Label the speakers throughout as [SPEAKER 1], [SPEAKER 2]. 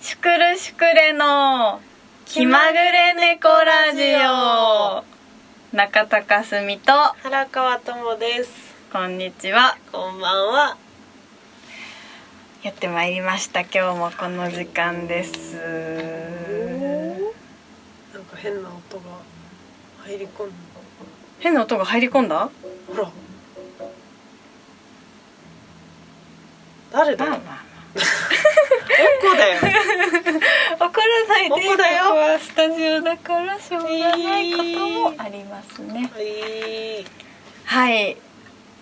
[SPEAKER 1] シュクルシュクレの気まぐれ猫ラジオ中田かすみと
[SPEAKER 2] 原川智です
[SPEAKER 1] こんにちは
[SPEAKER 2] こんばんは
[SPEAKER 1] やってまいりました今日もこの時間です
[SPEAKER 2] なんか変な音が入り込んだ
[SPEAKER 1] 変な音が入り込んだ
[SPEAKER 2] ほら誰だ
[SPEAKER 1] まあま
[SPEAKER 2] よ
[SPEAKER 1] あ
[SPEAKER 2] おっこだよ
[SPEAKER 1] 怒らないで
[SPEAKER 2] 怒だよ
[SPEAKER 1] ここはスタジオだからしょうがないこともありますね
[SPEAKER 2] はい
[SPEAKER 1] はい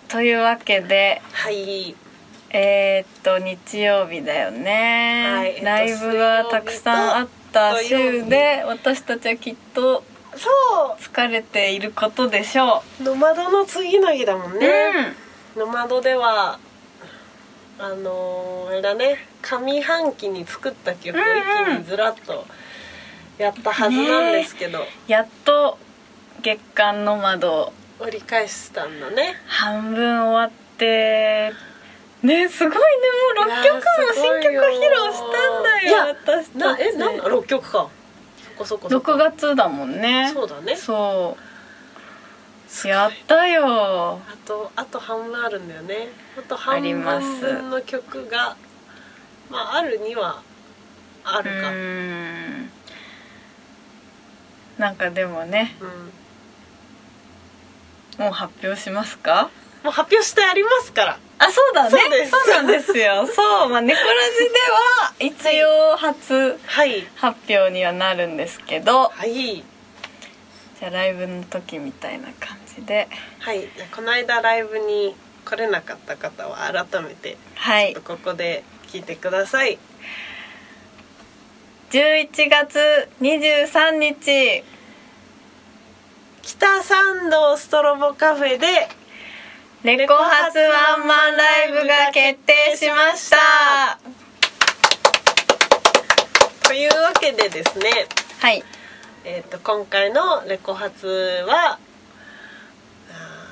[SPEAKER 1] というわけで
[SPEAKER 2] はい
[SPEAKER 1] えー、っと日曜日だよね、
[SPEAKER 2] はいえっと
[SPEAKER 1] ライブがたくさんあった週で私たちはきっと
[SPEAKER 2] そ
[SPEAKER 1] 疲れていることでしょ
[SPEAKER 2] うノマドの次の日だもん
[SPEAKER 1] う、
[SPEAKER 2] ね、ノマドではあのーあれだね上半期に作った曲を一気にずらっとやったはずなんですけど、
[SPEAKER 1] うんやっと月間の窓
[SPEAKER 2] 折り返したんだね
[SPEAKER 1] 半分終わってねすごいねもう6曲も新曲披露したんだ
[SPEAKER 2] い
[SPEAKER 1] よ
[SPEAKER 2] や
[SPEAKER 1] 私
[SPEAKER 2] な
[SPEAKER 1] たち
[SPEAKER 2] えなんだ6曲かそこそこそこ
[SPEAKER 1] 6月だもんね
[SPEAKER 2] そうだね
[SPEAKER 1] そうやったよ
[SPEAKER 2] あとあと半分あるんだよねあと
[SPEAKER 1] あ
[SPEAKER 2] 半
[SPEAKER 1] ります
[SPEAKER 2] 分の曲がまああるにはあるか
[SPEAKER 1] う
[SPEAKER 2] うん
[SPEAKER 1] ーんなんかでもねもう発表しますか
[SPEAKER 2] もう発表してありますから
[SPEAKER 1] あそうだね
[SPEAKER 2] そうです
[SPEAKER 1] そうなんです よそうまあ「ネコラジ」では一応初
[SPEAKER 2] はい
[SPEAKER 1] 発表にはなるんですけど
[SPEAKER 2] はい
[SPEAKER 1] じゃあライブの時みたいな感じで
[SPEAKER 2] はいこの間ライブに来れなかった方は改めて
[SPEAKER 1] はい
[SPEAKER 2] ちょっとここで聞いてください
[SPEAKER 1] 11月23日
[SPEAKER 2] 北参道ストロボカフェで
[SPEAKER 1] レコ発ワンマンライブが決定しました
[SPEAKER 2] というわけでですね
[SPEAKER 1] はい
[SPEAKER 2] えー、と今回の「レコ発は」あー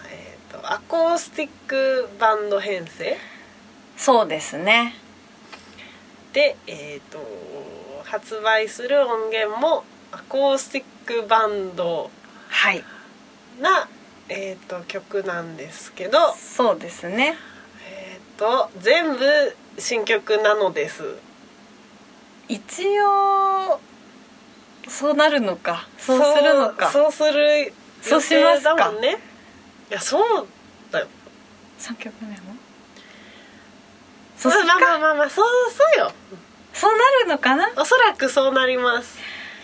[SPEAKER 2] えーとアコースティックバンド編成
[SPEAKER 1] そうですね
[SPEAKER 2] で、えー、と発売する音源もアコースティックバンド
[SPEAKER 1] はい
[SPEAKER 2] な、えー、と曲なんですけど、
[SPEAKER 1] そうですね
[SPEAKER 2] えー、と全部新曲なのです。
[SPEAKER 1] 一応そうなるのかそうするのか
[SPEAKER 2] そうそうする
[SPEAKER 1] そうしますか
[SPEAKER 2] 予定だもんねいやそうだよ
[SPEAKER 1] 三曲目もそ
[SPEAKER 2] ま
[SPEAKER 1] うする
[SPEAKER 2] あまあ
[SPEAKER 1] か
[SPEAKER 2] まあまあそうそうよ
[SPEAKER 1] そうなるのかな
[SPEAKER 2] おそらくそうなります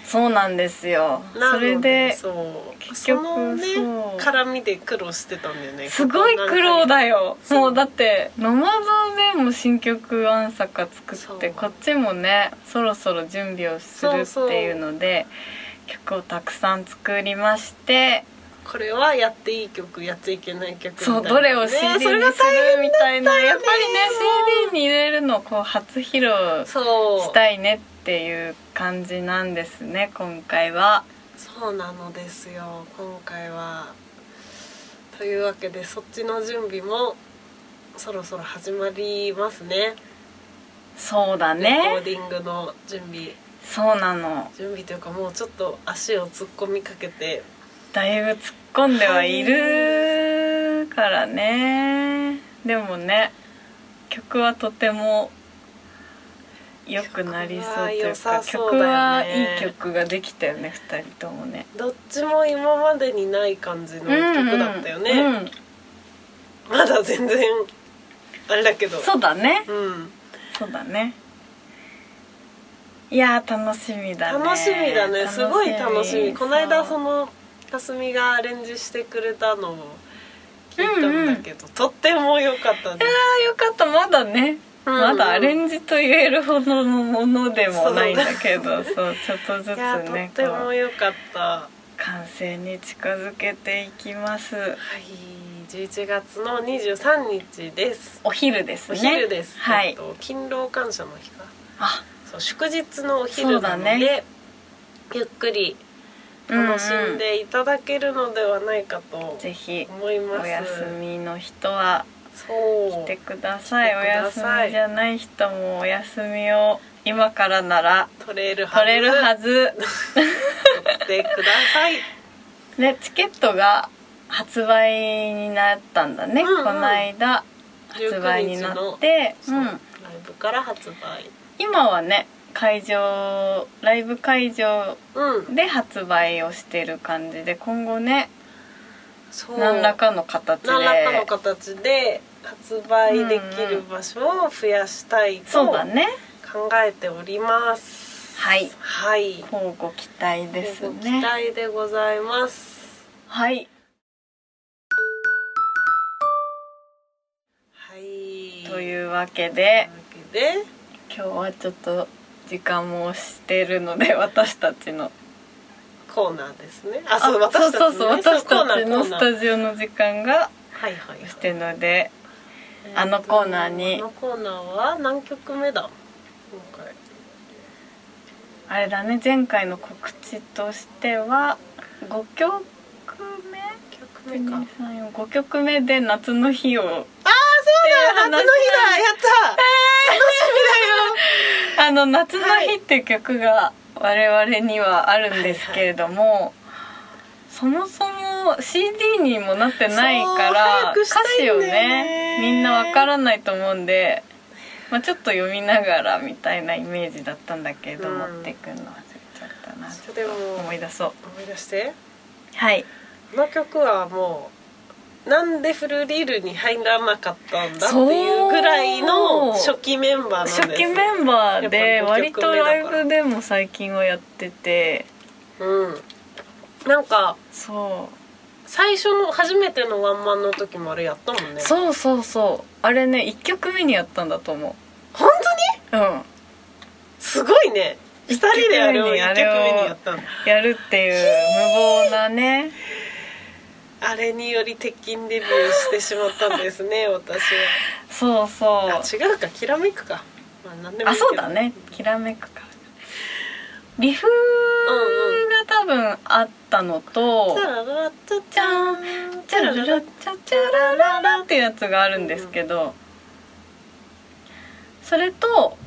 [SPEAKER 1] そうなんですよ
[SPEAKER 2] な
[SPEAKER 1] そ
[SPEAKER 2] ので
[SPEAKER 1] れで
[SPEAKER 2] そう
[SPEAKER 1] 結局
[SPEAKER 2] そのね
[SPEAKER 1] そう
[SPEAKER 2] 絡みで苦労してたんだよね
[SPEAKER 1] すごい苦労だよ
[SPEAKER 2] そう
[SPEAKER 1] もうだって「ノマド」でも新曲アンサカ作って
[SPEAKER 2] そう
[SPEAKER 1] こっちもねそろそろ準備をするっていうので曲をたくさん作りまして
[SPEAKER 2] これはやっていい曲やっちゃいけない曲みた
[SPEAKER 1] そ
[SPEAKER 2] いな
[SPEAKER 1] う
[SPEAKER 2] ね
[SPEAKER 1] どれを CD にす
[SPEAKER 2] そ
[SPEAKER 1] る
[SPEAKER 2] れが大変
[SPEAKER 1] みたいなやっぱりね
[SPEAKER 2] も
[SPEAKER 1] CD に入れるのをこう初披露
[SPEAKER 2] そう
[SPEAKER 1] したいねっていう感じなんですね今回は
[SPEAKER 2] そうなのですよ今回はというわけでそっちの準備もそろそろ始まりますね
[SPEAKER 1] そうだ
[SPEAKER 2] レコ
[SPEAKER 1] ね
[SPEAKER 2] ーディングの準備
[SPEAKER 1] そうなの
[SPEAKER 2] 準備というかもうちょっと足を突っ込みかけて
[SPEAKER 1] だいぶ突っ込んではいるからねでもね曲はとても良くなりそうというか曲
[SPEAKER 2] 曲は
[SPEAKER 1] は
[SPEAKER 2] 良さそうだよね
[SPEAKER 1] いい曲ができたよね2人ともね
[SPEAKER 2] どっちも今までにない感じの曲だったよね、
[SPEAKER 1] うんうん
[SPEAKER 2] まだ全然あれだけど
[SPEAKER 1] そうだね
[SPEAKER 2] うん、
[SPEAKER 1] そうだねいやー楽しみだね
[SPEAKER 2] 楽しみだねすごい楽しみこの間そ
[SPEAKER 1] の
[SPEAKER 2] のかすみがアレンジしてくれたのを聞いたんだけど、とっても良かった で
[SPEAKER 1] あーよかったまだね、
[SPEAKER 2] うんうん
[SPEAKER 1] まだアレンジと言えるほどのものでもないんだけどそうちょっとず
[SPEAKER 2] すいや
[SPEAKER 1] つ
[SPEAKER 2] とっ
[SPEAKER 1] ね
[SPEAKER 2] て
[SPEAKER 1] こ
[SPEAKER 2] も
[SPEAKER 1] う
[SPEAKER 2] 良かったは
[SPEAKER 1] 完成に近づけていきます
[SPEAKER 2] い11月の23日です
[SPEAKER 1] お昼です
[SPEAKER 2] お
[SPEAKER 1] ね
[SPEAKER 2] 昼です、
[SPEAKER 1] は
[SPEAKER 2] えっ
[SPEAKER 1] い
[SPEAKER 2] と勤労感謝の日か
[SPEAKER 1] あ
[SPEAKER 2] そう祝日のお昼
[SPEAKER 1] そうだ
[SPEAKER 2] なので、
[SPEAKER 1] ね
[SPEAKER 2] ゆっくり楽しんでいただけるのではないかと
[SPEAKER 1] ぜひ
[SPEAKER 2] 思います、
[SPEAKER 1] お休みの人は
[SPEAKER 2] そ
[SPEAKER 1] 来
[SPEAKER 2] う
[SPEAKER 1] てください
[SPEAKER 2] 来
[SPEAKER 1] お
[SPEAKER 2] てくだ
[SPEAKER 1] 休
[SPEAKER 2] さい
[SPEAKER 1] みじゃない人もお休みを今からなら
[SPEAKER 2] 取れるはず
[SPEAKER 1] 取れるはず
[SPEAKER 2] 取ってください
[SPEAKER 1] でチケットが発売になったんだね、
[SPEAKER 2] うんうん
[SPEAKER 1] この間発売になって、
[SPEAKER 2] そううんライ、ブから発売
[SPEAKER 1] 今はね会場ライブ会場
[SPEAKER 2] うん
[SPEAKER 1] で発売をしてる感じで今後ね
[SPEAKER 2] そう
[SPEAKER 1] 何らかの形で
[SPEAKER 2] 何らかの形で発売できる場所を増やしたいと
[SPEAKER 1] そう
[SPEAKER 2] 考
[SPEAKER 1] だね
[SPEAKER 2] えております、
[SPEAKER 1] はい
[SPEAKER 2] はい
[SPEAKER 1] 乞うご期待です
[SPEAKER 2] ご期
[SPEAKER 1] ね
[SPEAKER 2] 待でございます
[SPEAKER 1] はい
[SPEAKER 2] はい
[SPEAKER 1] と
[SPEAKER 2] う
[SPEAKER 1] いうわけ
[SPEAKER 2] わ
[SPEAKER 1] で
[SPEAKER 2] けで
[SPEAKER 1] 今日はちょっと時間も押してるので私たちの
[SPEAKER 2] コーナーですねあそう
[SPEAKER 1] そ
[SPEAKER 2] 私た
[SPEAKER 1] う
[SPEAKER 2] ち
[SPEAKER 1] そ
[SPEAKER 2] の
[SPEAKER 1] うそう
[SPEAKER 2] ね
[SPEAKER 1] 私
[SPEAKER 2] コーナ
[SPEAKER 1] た
[SPEAKER 2] ー
[SPEAKER 1] ちの
[SPEAKER 2] コー
[SPEAKER 1] ス
[SPEAKER 2] ナー
[SPEAKER 1] タジオの時間が
[SPEAKER 2] はいはいはい
[SPEAKER 1] 押してるので
[SPEAKER 2] え
[SPEAKER 1] あのコーナーに
[SPEAKER 2] あのコーナーは何曲目だ今回
[SPEAKER 1] あれだね前回の告知としては5曲目
[SPEAKER 2] 曲目かあ
[SPEAKER 1] 5曲目で夏の日を
[SPEAKER 2] そうだ夏の日だやった
[SPEAKER 1] あの「夏の日」っていう曲が我々にはあるんですけれども、そもそも CD にもなってないから
[SPEAKER 2] そう早くし
[SPEAKER 1] 歌
[SPEAKER 2] たい
[SPEAKER 1] 詞
[SPEAKER 2] ん
[SPEAKER 1] を
[SPEAKER 2] だよね
[SPEAKER 1] ねみんなわからないと思うんで、まあ、ちょっと読みながらみたいなイメージだったんだけれど、
[SPEAKER 2] うん
[SPEAKER 1] 持ってくるの忘れちゃったな
[SPEAKER 2] それも
[SPEAKER 1] 思い出そう
[SPEAKER 2] 思い出して
[SPEAKER 1] はい
[SPEAKER 2] この曲はもうなんでフルリールに入らなかったんだって
[SPEAKER 1] そう
[SPEAKER 2] いうぐらいの初期メンバーなんです
[SPEAKER 1] 初期メンバーで
[SPEAKER 2] やっぱ5
[SPEAKER 1] 割
[SPEAKER 2] 曲目だ
[SPEAKER 1] と
[SPEAKER 2] から
[SPEAKER 1] ライブでも最近はやってて
[SPEAKER 2] うんなんか
[SPEAKER 1] そう
[SPEAKER 2] 最初の初めてのワンマンの時もあれやったもんね
[SPEAKER 1] そうそうそうあれね1曲目にやったんだと思
[SPEAKER 2] 本当に
[SPEAKER 1] ううん
[SPEAKER 2] すごいね2人であれを1曲目にやったの
[SPEAKER 1] やるっていう無謀なね
[SPEAKER 2] あれにより鉄筋デビューしてしまったんで すね私
[SPEAKER 1] そうそう
[SPEAKER 2] はあ違うかきらめくか、まあ、何でもい
[SPEAKER 1] あ
[SPEAKER 2] いけど
[SPEAKER 1] そうだねきらめくかリフが多分あったのと
[SPEAKER 2] チャララチャ
[SPEAKER 1] 「チャンチャラララチャチャラララ」ってやつがあるんですけどそれと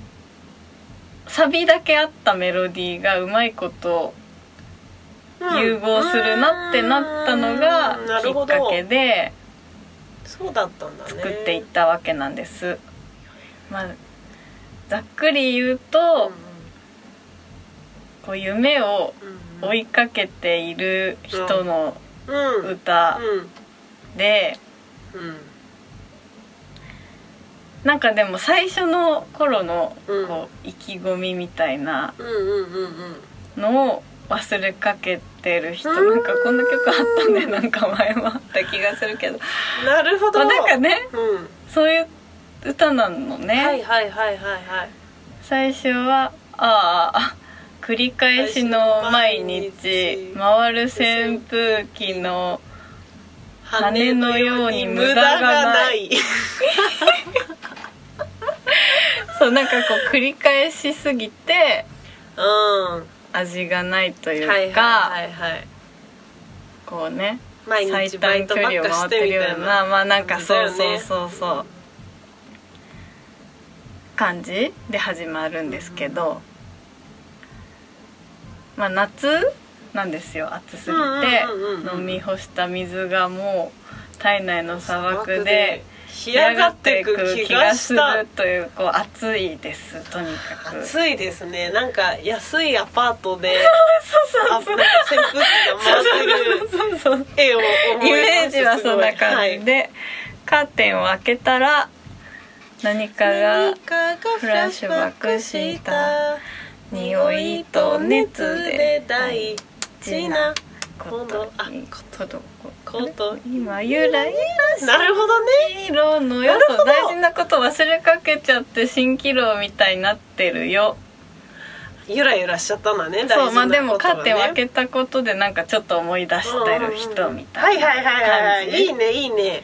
[SPEAKER 1] サビだけあったメロディーがうまいこと
[SPEAKER 2] うん
[SPEAKER 1] 融合するなってなったのが
[SPEAKER 2] うんな
[SPEAKER 1] き
[SPEAKER 2] るほ
[SPEAKER 1] っ
[SPEAKER 2] ど
[SPEAKER 1] かけで。
[SPEAKER 2] そうだったんだね
[SPEAKER 1] 作っていったわけなんです。まあ、ざっくり言うと、こう夢を追
[SPEAKER 2] い
[SPEAKER 1] いかけている人の
[SPEAKER 2] うんうん
[SPEAKER 1] 歌で、
[SPEAKER 2] うん
[SPEAKER 1] なんかでも最初の頃の
[SPEAKER 2] うん
[SPEAKER 1] こう意気込みみたいな
[SPEAKER 2] うんうんうんうん
[SPEAKER 1] のを忘れかけてる人、
[SPEAKER 2] うん
[SPEAKER 1] なんかこんな曲あったねなんか前もあった気がするけど、
[SPEAKER 2] なるほ
[SPEAKER 1] ま
[SPEAKER 2] ど
[SPEAKER 1] あ、なんかね
[SPEAKER 2] うん
[SPEAKER 1] そういう歌なのね。
[SPEAKER 2] はいはいはいはいはい
[SPEAKER 1] 最初は「ああ繰り返しの毎日回る扇風機の羽のように無駄がないそうなんかこう繰り返しすぎて
[SPEAKER 2] うんは
[SPEAKER 1] 味がないと
[SPEAKER 2] い
[SPEAKER 1] いうか、
[SPEAKER 2] はいはいはい
[SPEAKER 1] こうね
[SPEAKER 2] 毎
[SPEAKER 1] 最
[SPEAKER 2] 日バイ
[SPEAKER 1] 短
[SPEAKER 2] ト
[SPEAKER 1] 距
[SPEAKER 2] ばっ
[SPEAKER 1] 離を
[SPEAKER 2] か
[SPEAKER 1] 回
[SPEAKER 2] し
[SPEAKER 1] って
[SPEAKER 2] て
[SPEAKER 1] る
[SPEAKER 2] み
[SPEAKER 1] よ
[SPEAKER 2] たいう
[SPEAKER 1] な
[SPEAKER 2] な
[SPEAKER 1] まあなんかそう
[SPEAKER 2] だよ
[SPEAKER 1] そう
[SPEAKER 2] ね
[SPEAKER 1] そうそう、感じで始まるんですけど、まあ夏なんですよ暑すぎて、
[SPEAKER 2] うんうんうんうん
[SPEAKER 1] 飲み干した水がもう体内の砂漠で
[SPEAKER 2] 干上がってく気がした
[SPEAKER 1] というこう暑いですとにかく。
[SPEAKER 2] 暑いですねなんか安いアパートで
[SPEAKER 1] そ
[SPEAKER 2] あなんか扇風機が回ってる
[SPEAKER 1] そうそうそう
[SPEAKER 2] 絵を思い
[SPEAKER 1] イ
[SPEAKER 2] ます
[SPEAKER 1] メージはそんな
[SPEAKER 2] は
[SPEAKER 1] 感
[SPEAKER 2] い
[SPEAKER 1] じで、カーテンを開けたら何かが
[SPEAKER 2] フラッシュバックした
[SPEAKER 1] 匂いと熱で大事
[SPEAKER 2] ち
[SPEAKER 1] な
[SPEAKER 2] な
[SPEAKER 1] ことに
[SPEAKER 2] こと
[SPEAKER 1] こと
[SPEAKER 2] こと
[SPEAKER 1] 今ゆらゆらし
[SPEAKER 2] なるほどね
[SPEAKER 1] 黄色のよ
[SPEAKER 2] なるほ
[SPEAKER 1] そ
[SPEAKER 2] ど
[SPEAKER 1] 大事なこと忘れかけちゃって蜃気楼みたいになってるよ、
[SPEAKER 2] ゆらゆらしちゃったんだね大事な
[SPEAKER 1] そうまあでも
[SPEAKER 2] ことが
[SPEAKER 1] カ
[SPEAKER 2] ね
[SPEAKER 1] ーテンを開けたことでなんかちょっと思い出してる人みたいな
[SPEAKER 2] はいはいはいはい
[SPEAKER 1] 感じ
[SPEAKER 2] いいねいいね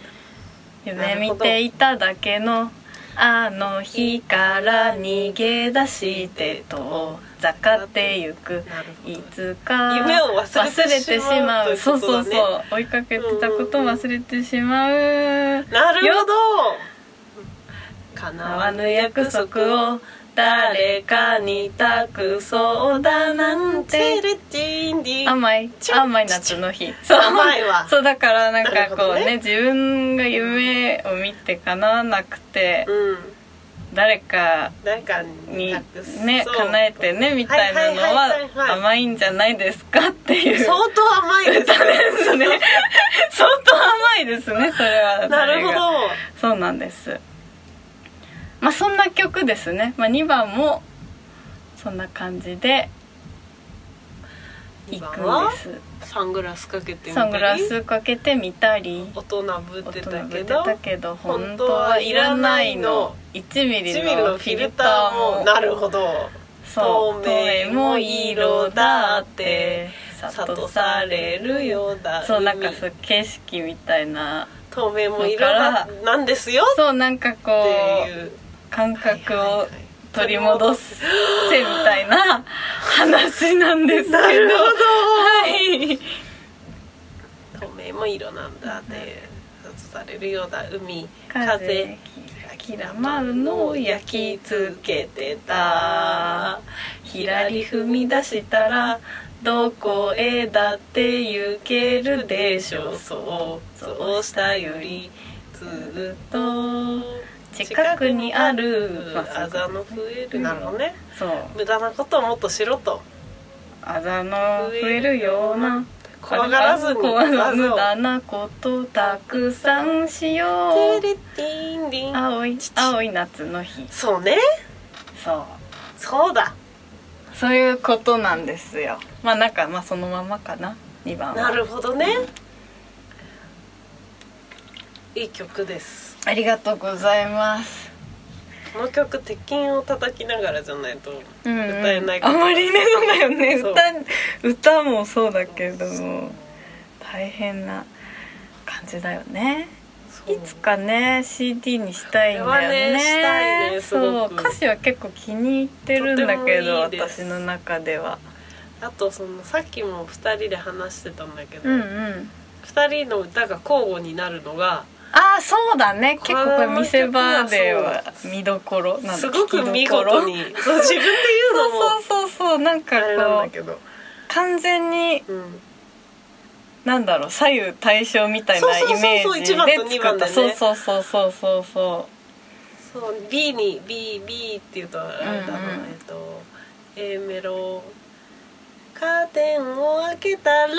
[SPEAKER 1] 夢見ていただけのあの日から逃げ出して遠ざかってゆく
[SPEAKER 2] なるほ
[SPEAKER 1] い
[SPEAKER 2] ど
[SPEAKER 1] つか
[SPEAKER 2] 夢を忘れてしまう
[SPEAKER 1] 忘れてしまう
[SPEAKER 2] という
[SPEAKER 1] そ
[SPEAKER 2] こ
[SPEAKER 1] うそ
[SPEAKER 2] とだね
[SPEAKER 1] うそう追いかけてたことを忘れてしまう
[SPEAKER 2] なるほど
[SPEAKER 1] 合
[SPEAKER 2] 叶
[SPEAKER 1] わぬ約束を誰かに託そうだなん
[SPEAKER 2] チ
[SPEAKER 1] て
[SPEAKER 2] ェルチーンディ
[SPEAKER 1] 甘い
[SPEAKER 2] ちょ
[SPEAKER 1] 甘い夏の日そう
[SPEAKER 2] 甘いわ
[SPEAKER 1] そうだからなんかこうね
[SPEAKER 2] なる
[SPEAKER 1] 自分が夢を見て叶わなくて
[SPEAKER 2] うん
[SPEAKER 1] 誰か
[SPEAKER 2] 誰か
[SPEAKER 1] に
[SPEAKER 2] に託す
[SPEAKER 1] ね
[SPEAKER 2] そう
[SPEAKER 1] 叶えてねみたいなの
[SPEAKER 2] はいはいはいはい
[SPEAKER 1] は
[SPEAKER 2] はい
[SPEAKER 1] 甘いんじゃないですかっていう
[SPEAKER 2] 相当甘いです
[SPEAKER 1] ですね相当甘いですねそれは
[SPEAKER 2] なる
[SPEAKER 1] 誰
[SPEAKER 2] ほ
[SPEAKER 1] が
[SPEAKER 2] ど
[SPEAKER 1] そうなんですまあそんな曲ですね、まあ、2番もそんな感じでいくん
[SPEAKER 2] 二番は
[SPEAKER 1] で
[SPEAKER 2] サングラスかけて
[SPEAKER 1] す
[SPEAKER 2] み
[SPEAKER 1] サング
[SPEAKER 2] た
[SPEAKER 1] ラ
[SPEAKER 2] り
[SPEAKER 1] スかけてみたり
[SPEAKER 2] 大人ぶっ
[SPEAKER 1] 音
[SPEAKER 2] て
[SPEAKER 1] が
[SPEAKER 2] た
[SPEAKER 1] 出て
[SPEAKER 2] けど
[SPEAKER 1] たけど本当はいらないの1ミリ
[SPEAKER 2] 1ミリ
[SPEAKER 1] の
[SPEAKER 2] の
[SPEAKER 1] フ
[SPEAKER 2] フ
[SPEAKER 1] ィ
[SPEAKER 2] ィ
[SPEAKER 1] ル
[SPEAKER 2] ル
[SPEAKER 1] タ
[SPEAKER 2] タ
[SPEAKER 1] ー
[SPEAKER 2] ー
[SPEAKER 1] も
[SPEAKER 2] もなるほど
[SPEAKER 1] そう透
[SPEAKER 2] 透
[SPEAKER 1] 明
[SPEAKER 2] 明
[SPEAKER 1] も
[SPEAKER 2] も
[SPEAKER 1] い
[SPEAKER 2] い
[SPEAKER 1] い
[SPEAKER 2] い
[SPEAKER 1] 色だ
[SPEAKER 2] 色だ
[SPEAKER 1] っ
[SPEAKER 2] ってて
[SPEAKER 1] 諭
[SPEAKER 2] 諭
[SPEAKER 1] さ
[SPEAKER 2] さ
[SPEAKER 1] れ
[SPEAKER 2] れ
[SPEAKER 1] る
[SPEAKER 2] る
[SPEAKER 1] よ
[SPEAKER 2] ようだ
[SPEAKER 1] そうなんかそう景
[SPEAKER 2] 海
[SPEAKER 1] 色みたいな
[SPEAKER 2] 透明も色
[SPEAKER 1] だ
[SPEAKER 2] だ
[SPEAKER 1] から
[SPEAKER 2] なんですよ
[SPEAKER 1] そうなんかこ
[SPEAKER 2] って
[SPEAKER 1] う
[SPEAKER 2] いう
[SPEAKER 1] 感覚
[SPEAKER 2] はいはいは
[SPEAKER 1] を
[SPEAKER 2] い
[SPEAKER 1] 取り戻せみたいな話なんですけど
[SPEAKER 2] なるほど
[SPEAKER 1] はい
[SPEAKER 2] 透明も色なんだって諭されるようだ海
[SPEAKER 1] 風
[SPEAKER 2] 風
[SPEAKER 1] キラ丸の焼き付けてたひらり踏み出したらどこへだって行けるで
[SPEAKER 2] で
[SPEAKER 1] し
[SPEAKER 2] し
[SPEAKER 1] ょ
[SPEAKER 2] ょ
[SPEAKER 1] う
[SPEAKER 2] う
[SPEAKER 1] そ
[SPEAKER 2] そうう
[SPEAKER 1] そう
[SPEAKER 2] そう
[SPEAKER 1] し
[SPEAKER 2] したた
[SPEAKER 1] よ
[SPEAKER 2] よ
[SPEAKER 1] り
[SPEAKER 2] りずっ
[SPEAKER 1] と
[SPEAKER 2] と
[SPEAKER 1] 近くにあるまあそう
[SPEAKER 2] あざの増えるなるほどね
[SPEAKER 1] そう
[SPEAKER 2] 無駄なことをもっとしろと
[SPEAKER 1] あざの増えるような
[SPEAKER 2] 怖がらずに
[SPEAKER 1] 怖がらず
[SPEAKER 2] まず
[SPEAKER 1] 無
[SPEAKER 2] は
[SPEAKER 1] 駄なことたくさんしよ
[SPEAKER 2] テレ
[SPEAKER 1] う
[SPEAKER 2] ティンリン
[SPEAKER 1] 青い青い夏の日
[SPEAKER 2] そうね
[SPEAKER 1] そう
[SPEAKER 2] そうだ
[SPEAKER 1] そういうことなんですよまあなんかまあそのままかな2番は
[SPEAKER 2] なるほどねいい曲です
[SPEAKER 1] ありがとうございます
[SPEAKER 2] この曲鉄筋を叩きながらじゃないと
[SPEAKER 1] うんうん
[SPEAKER 2] 歌えないか
[SPEAKER 1] あ
[SPEAKER 2] ら
[SPEAKER 1] まりねそうだよね
[SPEAKER 2] そう
[SPEAKER 1] 歌歌もそうだけれども大変な感じだよね
[SPEAKER 2] そう
[SPEAKER 1] いつかね CD にしたいんだよ
[SPEAKER 2] これは
[SPEAKER 1] ね
[SPEAKER 2] ねしたいねすご
[SPEAKER 1] そう
[SPEAKER 2] く
[SPEAKER 1] 歌詞は結構気に入ってるんだけど
[SPEAKER 2] とてもいいです
[SPEAKER 1] 私の中では
[SPEAKER 2] あとそのさっきも2人で話してたんだけど、
[SPEAKER 1] うんう
[SPEAKER 2] 二
[SPEAKER 1] ん
[SPEAKER 2] 2人の歌が交互になるのが
[SPEAKER 1] ああそうだね結構これ見せ場で
[SPEAKER 2] この曲
[SPEAKER 1] は
[SPEAKER 2] は
[SPEAKER 1] 見どころなんだ
[SPEAKER 2] すごく見
[SPEAKER 1] 聞きどこ
[SPEAKER 2] 事
[SPEAKER 1] ろ
[SPEAKER 2] にそう自分で言うのも
[SPEAKER 1] そうそうそうそうなんか
[SPEAKER 2] あれなんだ
[SPEAKER 1] こう
[SPEAKER 2] けど、
[SPEAKER 1] 完全に
[SPEAKER 2] うん、
[SPEAKER 1] なんだろう左右対称みたいな
[SPEAKER 2] そうそうそう
[SPEAKER 1] イメージで
[SPEAKER 2] 一番と二
[SPEAKER 1] 作っ
[SPEAKER 2] 番
[SPEAKER 1] た
[SPEAKER 2] だ
[SPEAKER 1] そ
[SPEAKER 2] よ
[SPEAKER 1] う
[SPEAKER 2] ね
[SPEAKER 1] そうそうそうそうそ
[SPEAKER 2] そう B に BB っていうとあれだ
[SPEAKER 1] う
[SPEAKER 2] な、
[SPEAKER 1] んうん
[SPEAKER 2] えっと A メロカーテンを開けたら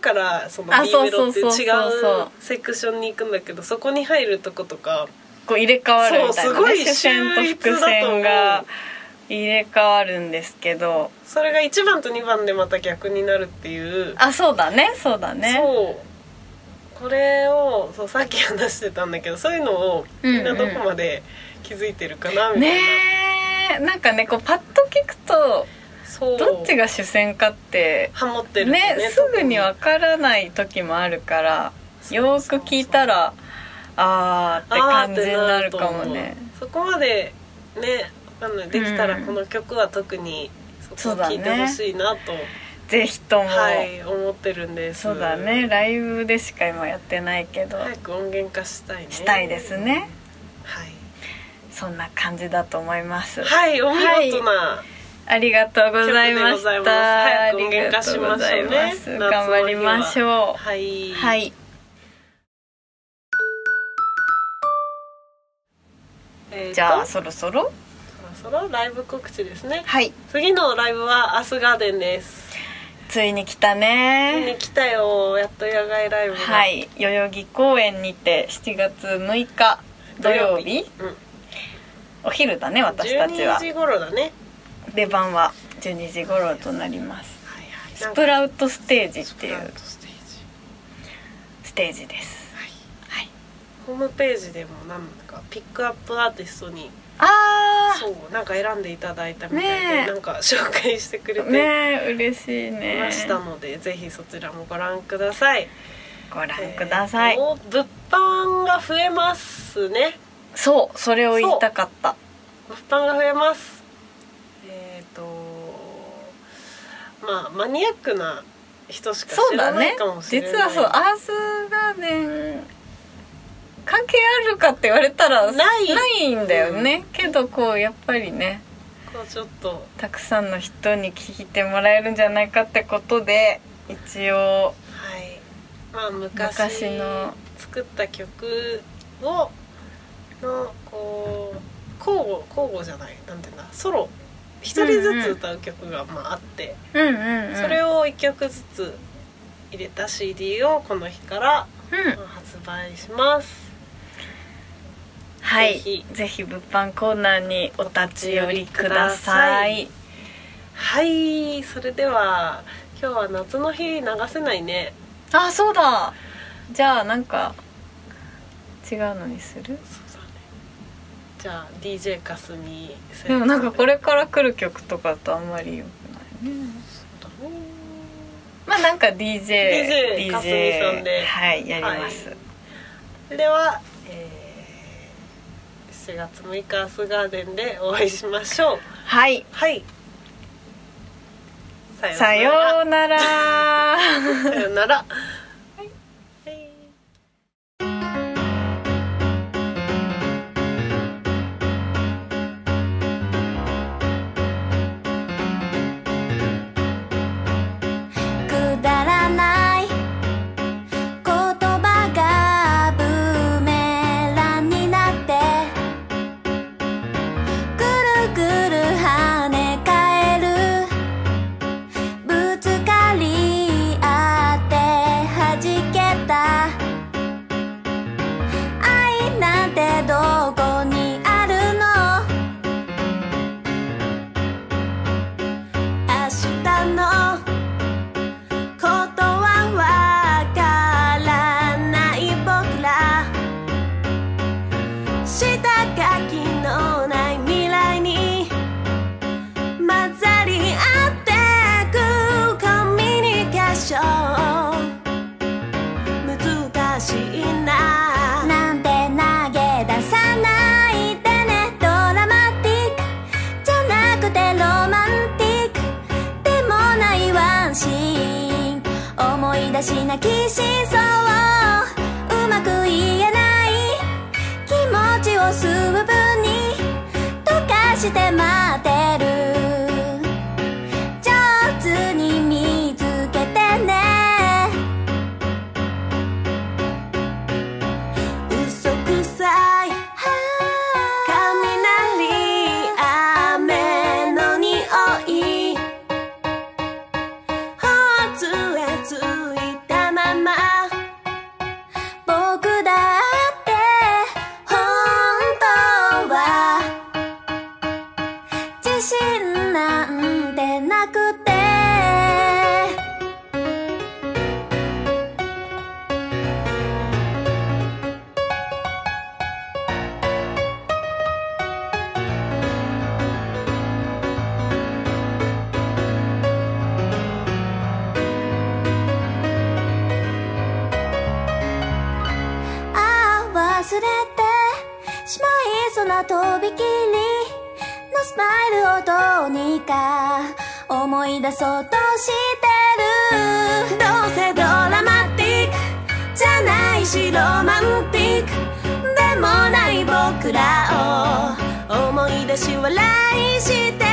[SPEAKER 2] からその
[SPEAKER 1] あ
[SPEAKER 2] B
[SPEAKER 1] そう
[SPEAKER 2] メロってい
[SPEAKER 1] そ
[SPEAKER 2] う
[SPEAKER 1] うそう
[SPEAKER 2] 違
[SPEAKER 1] そう
[SPEAKER 2] うセクションに行くんだけどそこに入るとことか
[SPEAKER 1] うこう入れ替わるみたい
[SPEAKER 2] そうす
[SPEAKER 1] な
[SPEAKER 2] ご
[SPEAKER 1] ね
[SPEAKER 2] い
[SPEAKER 1] 主線と副線が入れ替わるんですけど
[SPEAKER 2] それが1番と2番でまた逆になるっていう
[SPEAKER 1] あそうだねそうだね
[SPEAKER 2] そうこれをそうさっき話してたんだけどそういうのを
[SPEAKER 1] うんうん
[SPEAKER 2] みんなどこまで気づいてるかなみたいな、
[SPEAKER 1] ねえなんかねこうパッと聞くと
[SPEAKER 2] そう
[SPEAKER 1] どっちが主線かって
[SPEAKER 2] ハモってるんだ
[SPEAKER 1] ね
[SPEAKER 2] よね
[SPEAKER 1] すぐにわからない時もあるからよーく聞いたらあーって感じになるかもね
[SPEAKER 2] そこまでねわかんないできた
[SPEAKER 1] うん
[SPEAKER 2] らこの曲は特にそこを聴いてほしいなと、
[SPEAKER 1] ぜひとも、
[SPEAKER 2] はい思ってるんです
[SPEAKER 1] そうだねライブでしか今やってないけど、
[SPEAKER 2] 早く音源化したいね
[SPEAKER 1] したいですね
[SPEAKER 2] はい、
[SPEAKER 1] そんな感じだと思います、
[SPEAKER 2] はい、お見事な、
[SPEAKER 1] ありがとうございま
[SPEAKER 2] 曲でご
[SPEAKER 1] した
[SPEAKER 2] ざいます早
[SPEAKER 1] あ
[SPEAKER 2] く音
[SPEAKER 1] り
[SPEAKER 2] 源
[SPEAKER 1] が
[SPEAKER 2] 化
[SPEAKER 1] と
[SPEAKER 2] し
[SPEAKER 1] うご
[SPEAKER 2] ましょうね
[SPEAKER 1] ざいます
[SPEAKER 2] 夏の日は
[SPEAKER 1] 頑張りましょう
[SPEAKER 2] はい、
[SPEAKER 1] はい
[SPEAKER 2] えーと
[SPEAKER 1] じゃあそろそろ
[SPEAKER 2] そろそろライブ告知ですね
[SPEAKER 1] はい
[SPEAKER 2] 次のライブはアスガーデンです
[SPEAKER 1] ついに来た
[SPEAKER 2] 見
[SPEAKER 1] ね
[SPEAKER 2] に来たよやっと野外ライブが
[SPEAKER 1] はい代々木公園にて7月6日土曜日
[SPEAKER 2] うん
[SPEAKER 1] お昼だね私たち
[SPEAKER 2] 12
[SPEAKER 1] は
[SPEAKER 2] 時頃だね
[SPEAKER 1] 出番は12時頃となります
[SPEAKER 2] はいはい
[SPEAKER 1] スプラウトステージっ
[SPEAKER 2] ス
[SPEAKER 1] て
[SPEAKER 2] プ
[SPEAKER 1] い
[SPEAKER 2] ラウ
[SPEAKER 1] う
[SPEAKER 2] トステージ
[SPEAKER 1] ステージです
[SPEAKER 2] はい
[SPEAKER 1] はい
[SPEAKER 2] ホームページでもなんかピックアップアーティストに
[SPEAKER 1] あー
[SPEAKER 2] そうなんか選んでいただいたみたい
[SPEAKER 1] ねえ
[SPEAKER 2] でなんか紹介してくれ
[SPEAKER 1] ね
[SPEAKER 2] て
[SPEAKER 1] え嬉しいね
[SPEAKER 2] ましたので、ぜひそちらもご覧ください
[SPEAKER 1] ご覧ください、
[SPEAKER 2] えーと物販が増えますね
[SPEAKER 1] そうそれを言いたかった
[SPEAKER 2] 物販が増えますえっ、とまあマニアックな人しか
[SPEAKER 1] そ
[SPEAKER 2] 知
[SPEAKER 1] う
[SPEAKER 2] ら
[SPEAKER 1] だ
[SPEAKER 2] な
[SPEAKER 1] ね
[SPEAKER 2] いかもしれない
[SPEAKER 1] 実はそうアースガーデン関係あるかって言われたら
[SPEAKER 2] ない
[SPEAKER 1] ないんだよね、けどこうやっぱりね
[SPEAKER 2] こうちょっと
[SPEAKER 1] たくさんの人に聞いてもらえるんじゃないかってことで一応
[SPEAKER 2] はいまあ昔
[SPEAKER 1] 昔の
[SPEAKER 2] 作った曲をのこう交互交互じゃないなんていうんだソロ一人ずつ歌う曲がまああって、
[SPEAKER 1] うんうん、うん、
[SPEAKER 2] それ
[SPEAKER 1] を
[SPEAKER 2] を一曲ずつ入れた CD をこの日から
[SPEAKER 1] うん
[SPEAKER 2] まあ発売します、
[SPEAKER 1] はい
[SPEAKER 2] ぜひ
[SPEAKER 1] ぜひ物販コーナーにお立ち寄りください
[SPEAKER 2] はいそれでは今日は夏の日流せないね
[SPEAKER 1] あそうだじゃあなんか違うのにする
[SPEAKER 2] そうだねじゃあ DJ かすみ先生
[SPEAKER 1] でもなんかこれから来る曲とかとあんまり良くないね
[SPEAKER 2] そうだね
[SPEAKER 1] まあなんか DJ
[SPEAKER 2] DJ かすみさんで
[SPEAKER 1] はいやります、
[SPEAKER 2] それでは、えー、7月6日アスガーデンでお会いしましょう
[SPEAKER 1] はい
[SPEAKER 2] はいさ
[SPEAKER 1] さようなら
[SPEAKER 2] さようなら。はい
[SPEAKER 3] くだらない言葉がブーメランになってぐるぐる跳ね返るぶつかり合って弾けた愛なんてどこにあるの明日のことはわからない僕ら下書きのない未来に混ざり合ってくコミュニケーション難しいななんて投げ出さないでねドラマティックじゃなくてロマンティックでもないワンシーン思い出しなき真相をうまく言えない気持ちを数分に溶かして待ってる上手に見つけてね嘘くさい雷雨の匂いほつれついたまま僕だって本当は自信なんてなくてああ忘れてしまいそうなとびきりのスマイルをどうにか思い出そうとしてるどうせドラマティックじゃないしロマンティックでもない僕らを思い出し笑いして